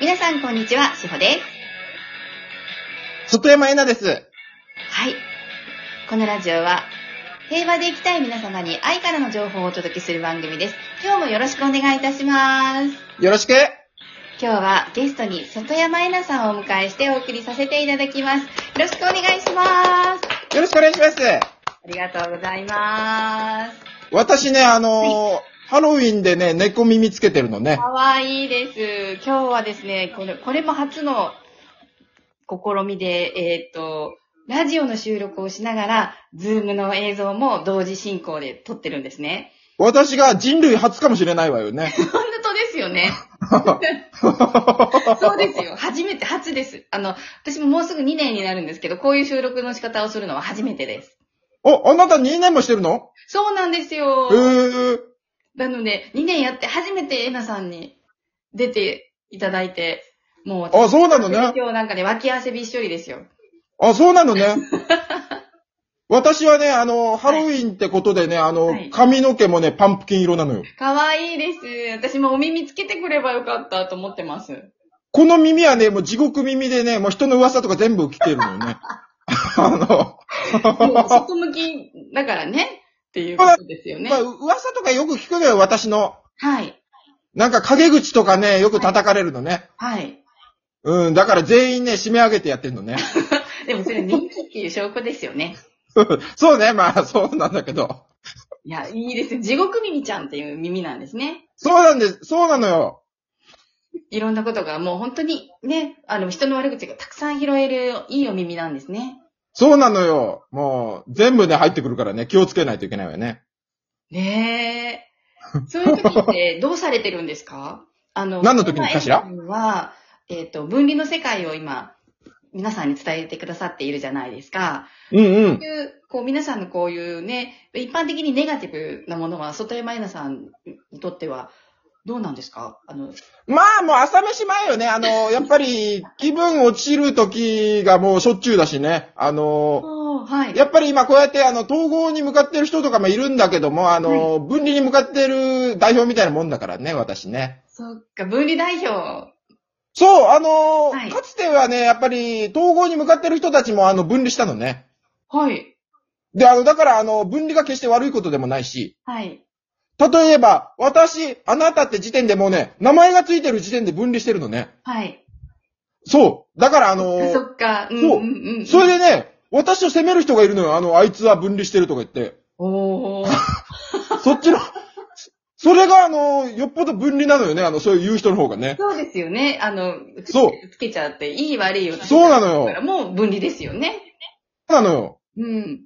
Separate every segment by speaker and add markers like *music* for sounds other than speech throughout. Speaker 1: 皆さん、こんにちは。しほです。
Speaker 2: 外山えなです。
Speaker 1: はい。このラジオは、平和で生きたい皆様に愛からの情報をお届けする番組です。今日もよろしくお願いいたします。
Speaker 2: よろしく
Speaker 1: 今日はゲストに里山えなさんをお迎えしてお送りさせていただきます。よろしくお願いします。
Speaker 2: よろしくお願いします
Speaker 1: ありがとうございます。
Speaker 2: 私ね、あのーハロウィンでね、猫耳つけてるのね。
Speaker 1: かわいいです。今日はですね、これこれも初の試みで、えーっと、ラジオの収録をしながら、ズームの映像も同時進行で撮ってるんですね。
Speaker 2: 私が人類初かもしれないわよね。 *laughs*
Speaker 1: 本当ですよね。 *laughs* そうですよ。初めて、初です。あの、私ももうすぐ2年になるんですけど、こういう収録の仕方をするのは初めてです。
Speaker 2: お、あなた2年もしてるの
Speaker 1: そうなんですよ
Speaker 2: え。ー、
Speaker 1: なので、2年やって初めてエナさんに出ていただいて、もう私
Speaker 2: あ、そうな
Speaker 1: *laughs*
Speaker 2: のね。
Speaker 1: 今日なんかね、脇汗びっしょりですよ。
Speaker 2: あ、そうなの
Speaker 1: *laughs*
Speaker 2: ね。私はね、あのー、ハロウィンってことでね、あのー、
Speaker 1: はい
Speaker 2: 髪の毛もね、パンプキン色なのよ。
Speaker 1: かわいいです。私もお耳つけてくればよかったと思って
Speaker 2: *laughs*
Speaker 1: ます。
Speaker 2: この耳はね、もう地獄耳でね、もう人の噂とか全部聞けるの
Speaker 1: *laughs*
Speaker 2: よね。あの、
Speaker 1: もう外向きだからね、っていうことですよね
Speaker 2: まあ、。噂とかよく聞くのよ、私の。
Speaker 1: はい。
Speaker 2: なんか陰口とかね、よく叩かれるのね。
Speaker 1: はい。
Speaker 2: うん、だから全員ね、締め上げてやってんのね。 *laughs*
Speaker 1: でもそれ人気っていう証拠ですよね。
Speaker 2: そうね、まあ、そうなんだけど。
Speaker 1: いや、いいですね。地獄耳ちゃんっていう耳なんですね。
Speaker 2: そうなんです、そうなのよ。
Speaker 1: いろんなことがもう本当にね、あの人の悪口がたくさん拾えるいいお耳なんですね。
Speaker 2: そうなのよ。もう、全部ね、入ってくるからね、気をつけないといけないわよね。
Speaker 1: ねえ。そういう時
Speaker 2: *laughs*
Speaker 1: ってどうされてるんですかあの、
Speaker 2: 何の時にかしら
Speaker 1: 今エイさんは、えっ、と、分離の世界を今、皆さんに伝えてくださっているじゃないですか。
Speaker 2: うんう
Speaker 1: こ
Speaker 2: ん
Speaker 1: う。いう、こう皆さんのこういうね、一般的にネガティブなものは、外山えなさんにとっては、どうなんですかあの、
Speaker 2: まあ、もう朝飯前よね。あの、やっぱり、気分落ちる時がもうしょっちゅうだしね。あの、
Speaker 1: はい。
Speaker 2: やっぱり今こうやって、あの、統合に向かってる人とかもいるんだけども、あの、分離に向かってる代表みたいなもんだからね、私ね。
Speaker 1: そっか、分離代表。
Speaker 2: そう、あのー
Speaker 1: はい
Speaker 2: かつてはね、やっぱり、統合に向かってる人たちも、あの、分離したのね。
Speaker 1: はい。
Speaker 2: で、あの、だから、あの、分離が決して悪いことでもないし、
Speaker 1: はい。
Speaker 2: 例えば、私、あなたって時点でもうね、名前がついてる時点で分離してるのね。
Speaker 1: はい。
Speaker 2: そう。だから、あの
Speaker 1: そ
Speaker 2: ー
Speaker 1: っか、うん
Speaker 2: そう
Speaker 1: うんうん。
Speaker 2: それでね、私を責める人がいるのよ。あの、あいつは分離してるとか言って。
Speaker 1: おー。
Speaker 2: そっちの、それが、あのーよっぽど分離なのよね。あの、そういう言う人の方がね。
Speaker 1: そうですよね。あ
Speaker 2: *laughs*
Speaker 1: の、
Speaker 2: そう
Speaker 1: つけちゃって、いい悪いをつけちゃ
Speaker 2: そうなのよ
Speaker 1: だからもう分離ですよね。
Speaker 2: なのよ。
Speaker 1: うん。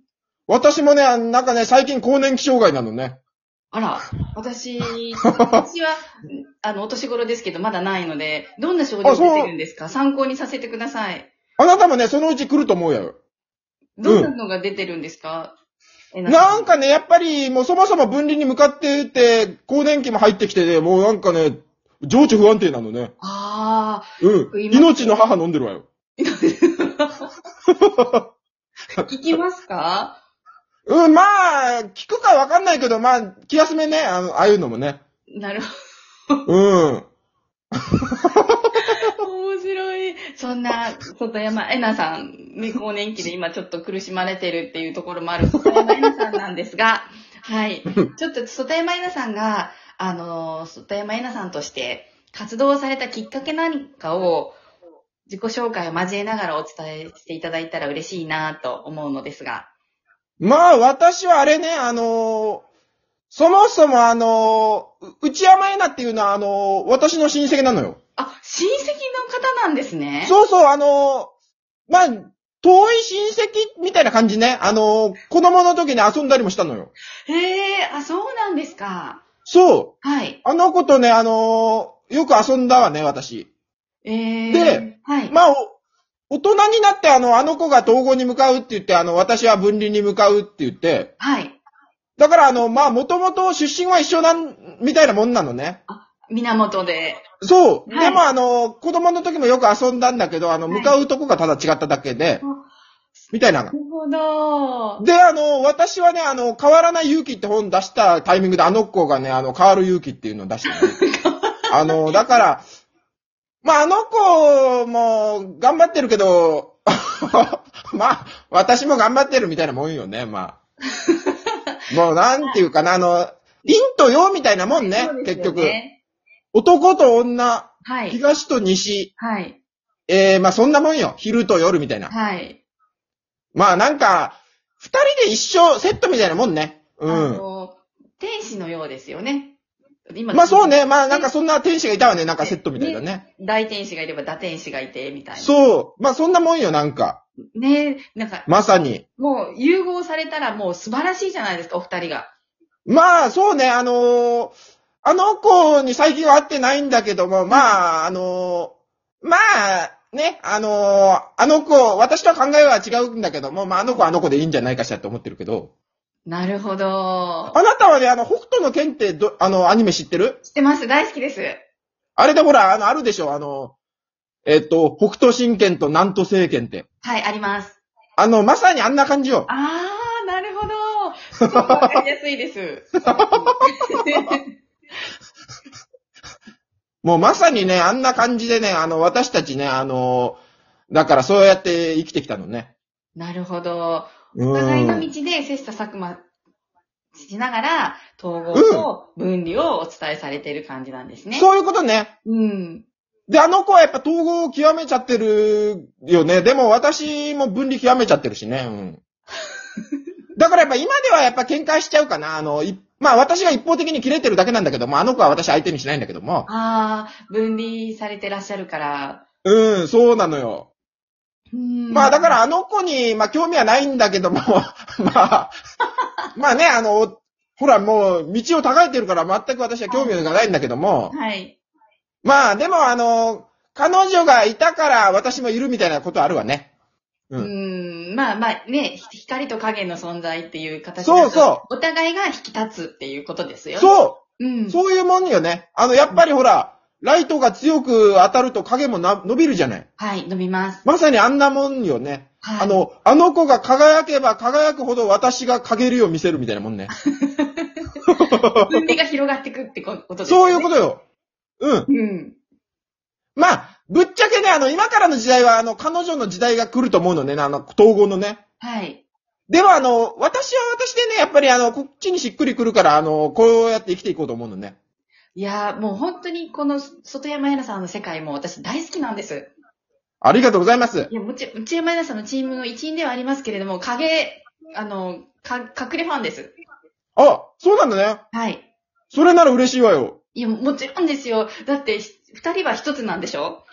Speaker 2: 私もね、あのなんかね、最近更年期障害なのね。
Speaker 1: あら、私、私は、あの、お年頃ですけど、まだないので、どんな症状
Speaker 2: あそう
Speaker 1: 出てるんですか参考にさせてください。
Speaker 2: あなたもね、そのうち来ると思うよ。
Speaker 1: どんなのが出てるんですか、え
Speaker 2: なん、かね、やっぱり、もうそもそも分離に向かってって、更年期も入ってきてね、もうなんかね、情緒不安定なのね。
Speaker 1: ああ、
Speaker 2: うん。
Speaker 1: います
Speaker 2: 命の母飲んでるわよ。
Speaker 1: 聞きますか
Speaker 2: うん、まあ、聞くかわかんないけど、まあ、気休めね、あの、ああいうのもね。
Speaker 1: なるほ
Speaker 2: うん。
Speaker 1: ど。面白い。そんな、外山えなさん、ね、更年期で今ちょっと苦しまれてるっていうところもある外山えなさんなんですが、はい。ちょっと外山えなさんが、あの、外山えなさんとして活動されたきっかけ何かを、自己紹介を交えながらお伝えしていただいたら嬉しいなと思うのですが。
Speaker 2: まあ、私はあれね、あのーそもそもあのーう内山えなっていうのは、あのー私の親戚なのよ。
Speaker 1: あ、親戚の方なんですね。
Speaker 2: そうそう、あのーまあ、遠い親戚みたいな感じね。あのー子供の時に遊んだりもしたのよ。
Speaker 1: へえ、あ、そうなんですか。
Speaker 2: そう。
Speaker 1: はい。
Speaker 2: あの子とね、あのーよく遊んだわね、私。
Speaker 1: えー、
Speaker 2: で、
Speaker 1: はい。
Speaker 2: まあ、お大人になって、あの、あの子が統合に向かうって言って、あの、私は分離に向かうって言って、
Speaker 1: はい。
Speaker 2: だから、あの、まあ、もともと出身は一緒なん、みたいなもんなのね。
Speaker 1: 源で。
Speaker 2: そう。
Speaker 1: はい
Speaker 2: でも、あの、子供の時もよく遊んだんだけど、あの、
Speaker 1: はい
Speaker 2: 向かうとこがただ違っただけで、みたいな
Speaker 1: な。るほど。
Speaker 2: で、あの、私はね、あの、変わらない勇気って本出したタイ
Speaker 1: *laughs*
Speaker 2: ミングで、あの子がね、あの、変わる勇気っていうのを出したのね、あの、だから、まあ、あの子も頑張ってるけど、 *laughs* まあ、私も頑張ってるみたいなもんよね、ま
Speaker 1: *laughs*
Speaker 2: あ。もうなんていうかな、あの、陰と陽みたいなもんね
Speaker 1: そ、うです
Speaker 2: 結
Speaker 1: よ
Speaker 2: 局。男と女、
Speaker 1: はい。
Speaker 2: 東と西、
Speaker 1: はい。
Speaker 2: えー、まあそんなもんよ。昼と夜みたいな。
Speaker 1: はい。
Speaker 2: まあなんか、二人で一生セットみたいなもんね。う
Speaker 1: あ
Speaker 2: ん。
Speaker 1: の、天使のようですよね。今
Speaker 2: まあそう。ね、まあなんかそんな天使がいたわね、なんかセットみたいなね。
Speaker 1: 大天使がいれば打天使がいて、みたいな。
Speaker 2: そう。まあそんなもんよ、なんか。
Speaker 1: う。ねなんか、
Speaker 2: まさに。
Speaker 1: もう融合されたらもう素晴らしいじゃないですか、お二人が。
Speaker 2: まあそうね、あのーあの子に最近は会ってないんだけども、まあ、あのーまあ、ね、あのーあの子、私とは考えは違うんだけども、まああの子はあの子でいいんじゃないかしらって思ってるけど。
Speaker 1: なるほど。
Speaker 2: あなたはね、あの、北斗の剣ってど、あの、アニメ知ってる
Speaker 1: 知ってます。大好きです。
Speaker 2: あれでほら、あの、あるでしょ、あの、えっと、北斗神拳と南斗聖剣って。
Speaker 1: はい、あります。
Speaker 2: あの、まさにあんな感じよ。
Speaker 1: あー、なるほど。すごくわかりやすい
Speaker 2: *laughs*
Speaker 1: です。 *laughs*
Speaker 2: もうまさにね、あんな感じでね、あの、私たちね、あの、だからそうやって生きてきたのね。
Speaker 1: なるほど。
Speaker 2: う
Speaker 1: お互いの
Speaker 2: ん。
Speaker 1: 道で切磋琢磨しながら、統合と分離をお伝えされている感じなんですね。
Speaker 2: そういうことね。
Speaker 1: うん。
Speaker 2: で、あの子はやっぱ統合を極めちゃってるよね。でも私も分離極めちゃってるしね。
Speaker 1: *laughs*
Speaker 2: うん。だからやっぱ今ではやっぱ喧嘩しちゃうかな。あの、いまあ私が一方的に切れてるだけなんだけども、あの子は私相手にしないんだけども。
Speaker 1: あー、分離されてらっしゃるから。
Speaker 2: うん、そうなのよ。
Speaker 1: うん
Speaker 2: まあだか、らあの子に、まあ興味はないんだけども、 *laughs* まあ、まあね、あの、ほらもう道を高えてるから全く私は興味がないんだけども、
Speaker 1: はい。
Speaker 2: まあでもあの、彼女がいたから私もいるみたいなことあるわね。う
Speaker 1: うんん、まあまあね、ひ光と影の存在っていう形だ
Speaker 2: そ
Speaker 1: と
Speaker 2: うそ
Speaker 1: お互いが引き立つっていうことです
Speaker 2: う。
Speaker 1: よね。。
Speaker 2: そう
Speaker 1: う
Speaker 2: う、
Speaker 1: ん。
Speaker 2: そういうもんよね。あの、やっぱりほら、ライトが強く当たると影もな伸びるじゃない。
Speaker 1: はい、飲みます。
Speaker 2: まさにあんなもんよね。
Speaker 1: はい。
Speaker 2: あの、あの子が輝けば輝くほど私が陰りを見せるみたいなもんね。
Speaker 1: 分離が広がってくってことです。
Speaker 2: そういうこととよ。うん。
Speaker 1: うん。
Speaker 2: まあ、ぶっちゃけね、あの、今からの時代は、あの、彼女の時代が来ると思うのね、あの、統合のね。
Speaker 1: はい。
Speaker 2: でも、あの、私は私でね、やっぱり、あの、こっちにしっくりくるから、あの、こうやって生きていこうと思うのね。
Speaker 1: いやー、もう本当にこの外山エナさんの世界も私大好きなんです。
Speaker 2: ありがとうございます。
Speaker 1: いや、もち、内山稲さんのチームの一員ではありますけれども、影、あの、か、隠れファンです。
Speaker 2: あ、そうなんだね。
Speaker 1: はい。
Speaker 2: それなら嬉しいわよ。
Speaker 1: いや、もちろんですよ。だって、ひ二人は一つなんでしょ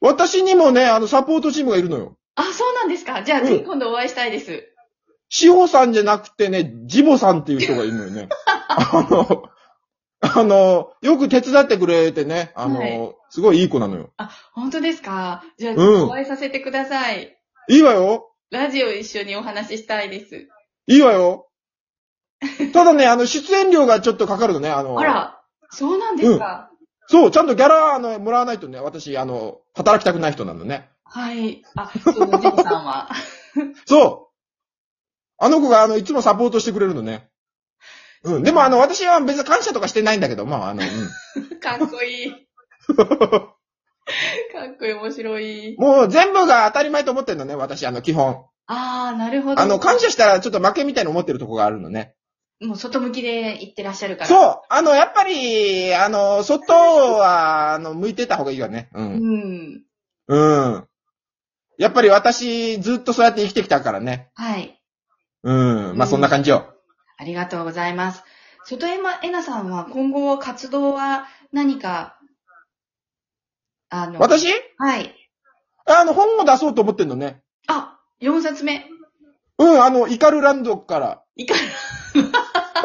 Speaker 2: 私にもね、あの、サポートチームがいるのよ。
Speaker 1: あ、そうなんですかじゃあ、
Speaker 2: うん
Speaker 1: ぜひ今度お会いしたいです。
Speaker 2: 志保さんじゃなくてね、ジボさんっていう人がいるのよね。あの、あの、よく手伝ってくれてね、あの、
Speaker 1: はい
Speaker 2: すごいいい子なのよ。
Speaker 1: 本当ですかじゃあ、
Speaker 2: うん
Speaker 1: お会いさせてください。
Speaker 2: いいわよ。
Speaker 1: ラジオ一緒にお話ししたいです。
Speaker 2: いいわ
Speaker 1: *laughs*
Speaker 2: よ。ただね、あの、出演料がちょっとかかるのね、あの、
Speaker 1: あら、そうなんですか、
Speaker 2: そう、ちゃんとギャラ、あの、もらわないとね、私、あの、働きたくない人なのね。
Speaker 1: はい。あ、そう、ジムさん
Speaker 2: *laughs*
Speaker 1: は。
Speaker 2: そう。あの子が、あの、いつもサポートしてくれるのね。うん。でも、あの、私は別に感謝とかしてないんだけど、まあ、あの、う
Speaker 1: かっこいい。かっこいい、面白い
Speaker 2: ん。。 *laughs* もう全部が当たり前と思ってるのね、私、あの、基本。
Speaker 1: あー、なるほど。
Speaker 2: あの、感謝したらちょっと負けみたいに思ってるとこがあるのね。
Speaker 1: もう外向きで行ってらっしゃるから。
Speaker 2: そう。あの、やっぱり、あの、外は、あの、向いてた方がいいわね。うん。
Speaker 1: うん。
Speaker 2: うん。やっぱり私、ずっとそうやって生きてきたからね。
Speaker 1: はい。
Speaker 2: うん。まあ、そんな感じよ。
Speaker 1: ありがとうございます。外山えなさんは今後活動は何か、あの、
Speaker 2: 私
Speaker 1: はい。
Speaker 2: あの、本を出そうと思ってんのね。
Speaker 1: あ、4冊目。
Speaker 2: うん、あの、イカルランドから。
Speaker 1: イカ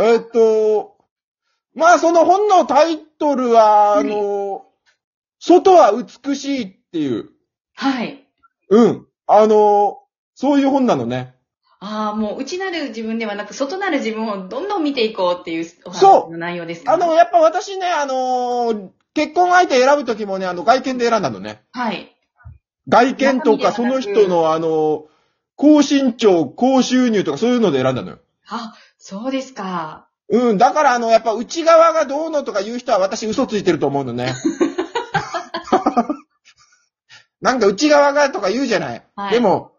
Speaker 2: えーっと、まあ、その本のタイトルは、あの、外は美しいっていう。
Speaker 1: はい。
Speaker 2: うん。あの、そういう本なのね。
Speaker 1: ああ、もう内なる自分ではなく、外なる自分をどんどん見ていこうっていうお話
Speaker 2: そう
Speaker 1: の内容ですか
Speaker 2: あの、やっぱ私ね、あの、結婚相手選ぶときもね、あの、外見で選んだのね。
Speaker 1: はい。
Speaker 2: 外見と
Speaker 1: 中
Speaker 2: か、そ
Speaker 1: 身では
Speaker 2: の
Speaker 1: なく
Speaker 2: 人の、あの、高身長、高収入とか、そういうので選んだのよ。
Speaker 1: あ、そうですか。
Speaker 2: うん、だからあの、やっぱ
Speaker 1: *laughs*
Speaker 2: 内側がどうのとか言う人は私嘘ついてると思うのね。なんか内側がとか言うじゃない。
Speaker 1: はい
Speaker 2: でも、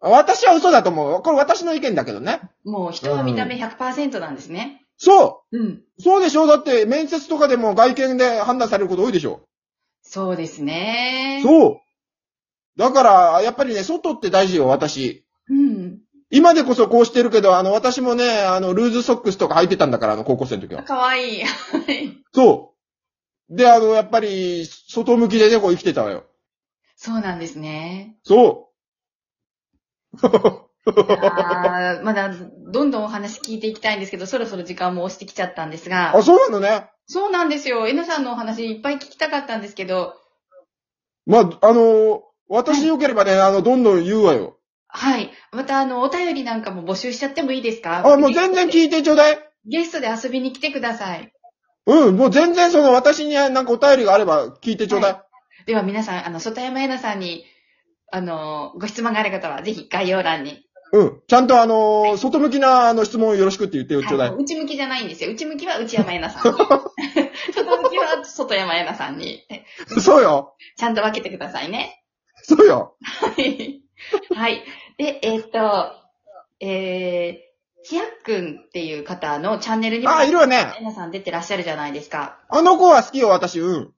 Speaker 2: 私は嘘だと思う。これ私の意見だけどね。
Speaker 1: もう人は見た目100%なんですね。
Speaker 2: そ
Speaker 1: うん。
Speaker 2: うそうでしょだって面接とかでも外見で判断されること多いでしょ
Speaker 1: そうですね。う。
Speaker 2: そうだから、やっぱりね、外って大事よ、私。
Speaker 1: うん。
Speaker 2: 今でこそこうしてるけど、あの、私もね、あの、ルーズソックスとか履いてたんだから、あの、高校生の時は。
Speaker 1: かわいい。 *laughs* はい
Speaker 2: そう。で、あの、やっぱり、外向きでね、こう生きてたわよ。
Speaker 1: そうなんですね。
Speaker 2: そう。
Speaker 1: あーまだ、どんどんお話聞いていきたいんですけど、そろそろ時間も押してきちゃったんですが
Speaker 2: あ、、そうなのね。
Speaker 1: そうなんですよ。えなさんのお話いっぱい聞きたかったんですけど、
Speaker 2: まあ、あの、私よければね、あの、どんどん言うわよ。
Speaker 1: はい。また、あの、お便りなんかも募集しちゃってもいいですか
Speaker 2: あ、もう全然聞いてちょうだい。
Speaker 1: ゲストで遊びに来てください。
Speaker 2: うん、もう全然その私になんかお便りがあれば聞いてちょうだい。
Speaker 1: では皆さん、あの、外山えなさんに、あの、ご質問がある方は、ぜひ概要欄に。
Speaker 2: うん。ちゃんとあの、外向きなあの質問をよろしくって言ってよちょうだい。
Speaker 1: はい内向きじゃないんですよ。内向きは内山えなさん
Speaker 2: *laughs*
Speaker 1: に。外向きは外山えなさんに。
Speaker 2: そうよ。
Speaker 1: ちゃんと分けてくださいね。
Speaker 2: そうよ。
Speaker 1: はい。 *laughs* はい。で、えーっと、えー、ひやっくんっていう方のチャンネルにも、
Speaker 2: あ、いるわね。
Speaker 1: えなさん出てらっしゃるじゃないですか。
Speaker 2: あの子は好きよ、私。うん。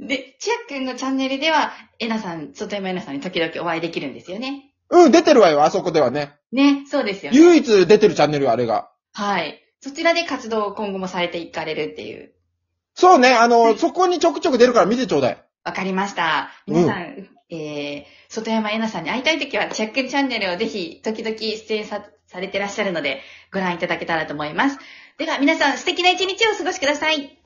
Speaker 1: で、ちやっくんのチャンネルでは、えなさん、外山えなさんに時々お会いできるんですよね。
Speaker 2: うん、出てるわよ、あそこではね。
Speaker 1: ね、そうですよね。
Speaker 2: 唯一出てるチャンネルよ、あれが。
Speaker 1: はい。そちらで活動を今後もされていかれるっていう。
Speaker 2: そうね、あの、そこにちょくちょく出るから見てちょうだい。
Speaker 1: わかりました。皆さん、えー、外山えなさんに会いたいときは、チェックチャンネルをぜひ、時々出演さされてらっしゃるので、ご覧いただけたらと思います。では、皆さん、素敵な一日をお過ごしください。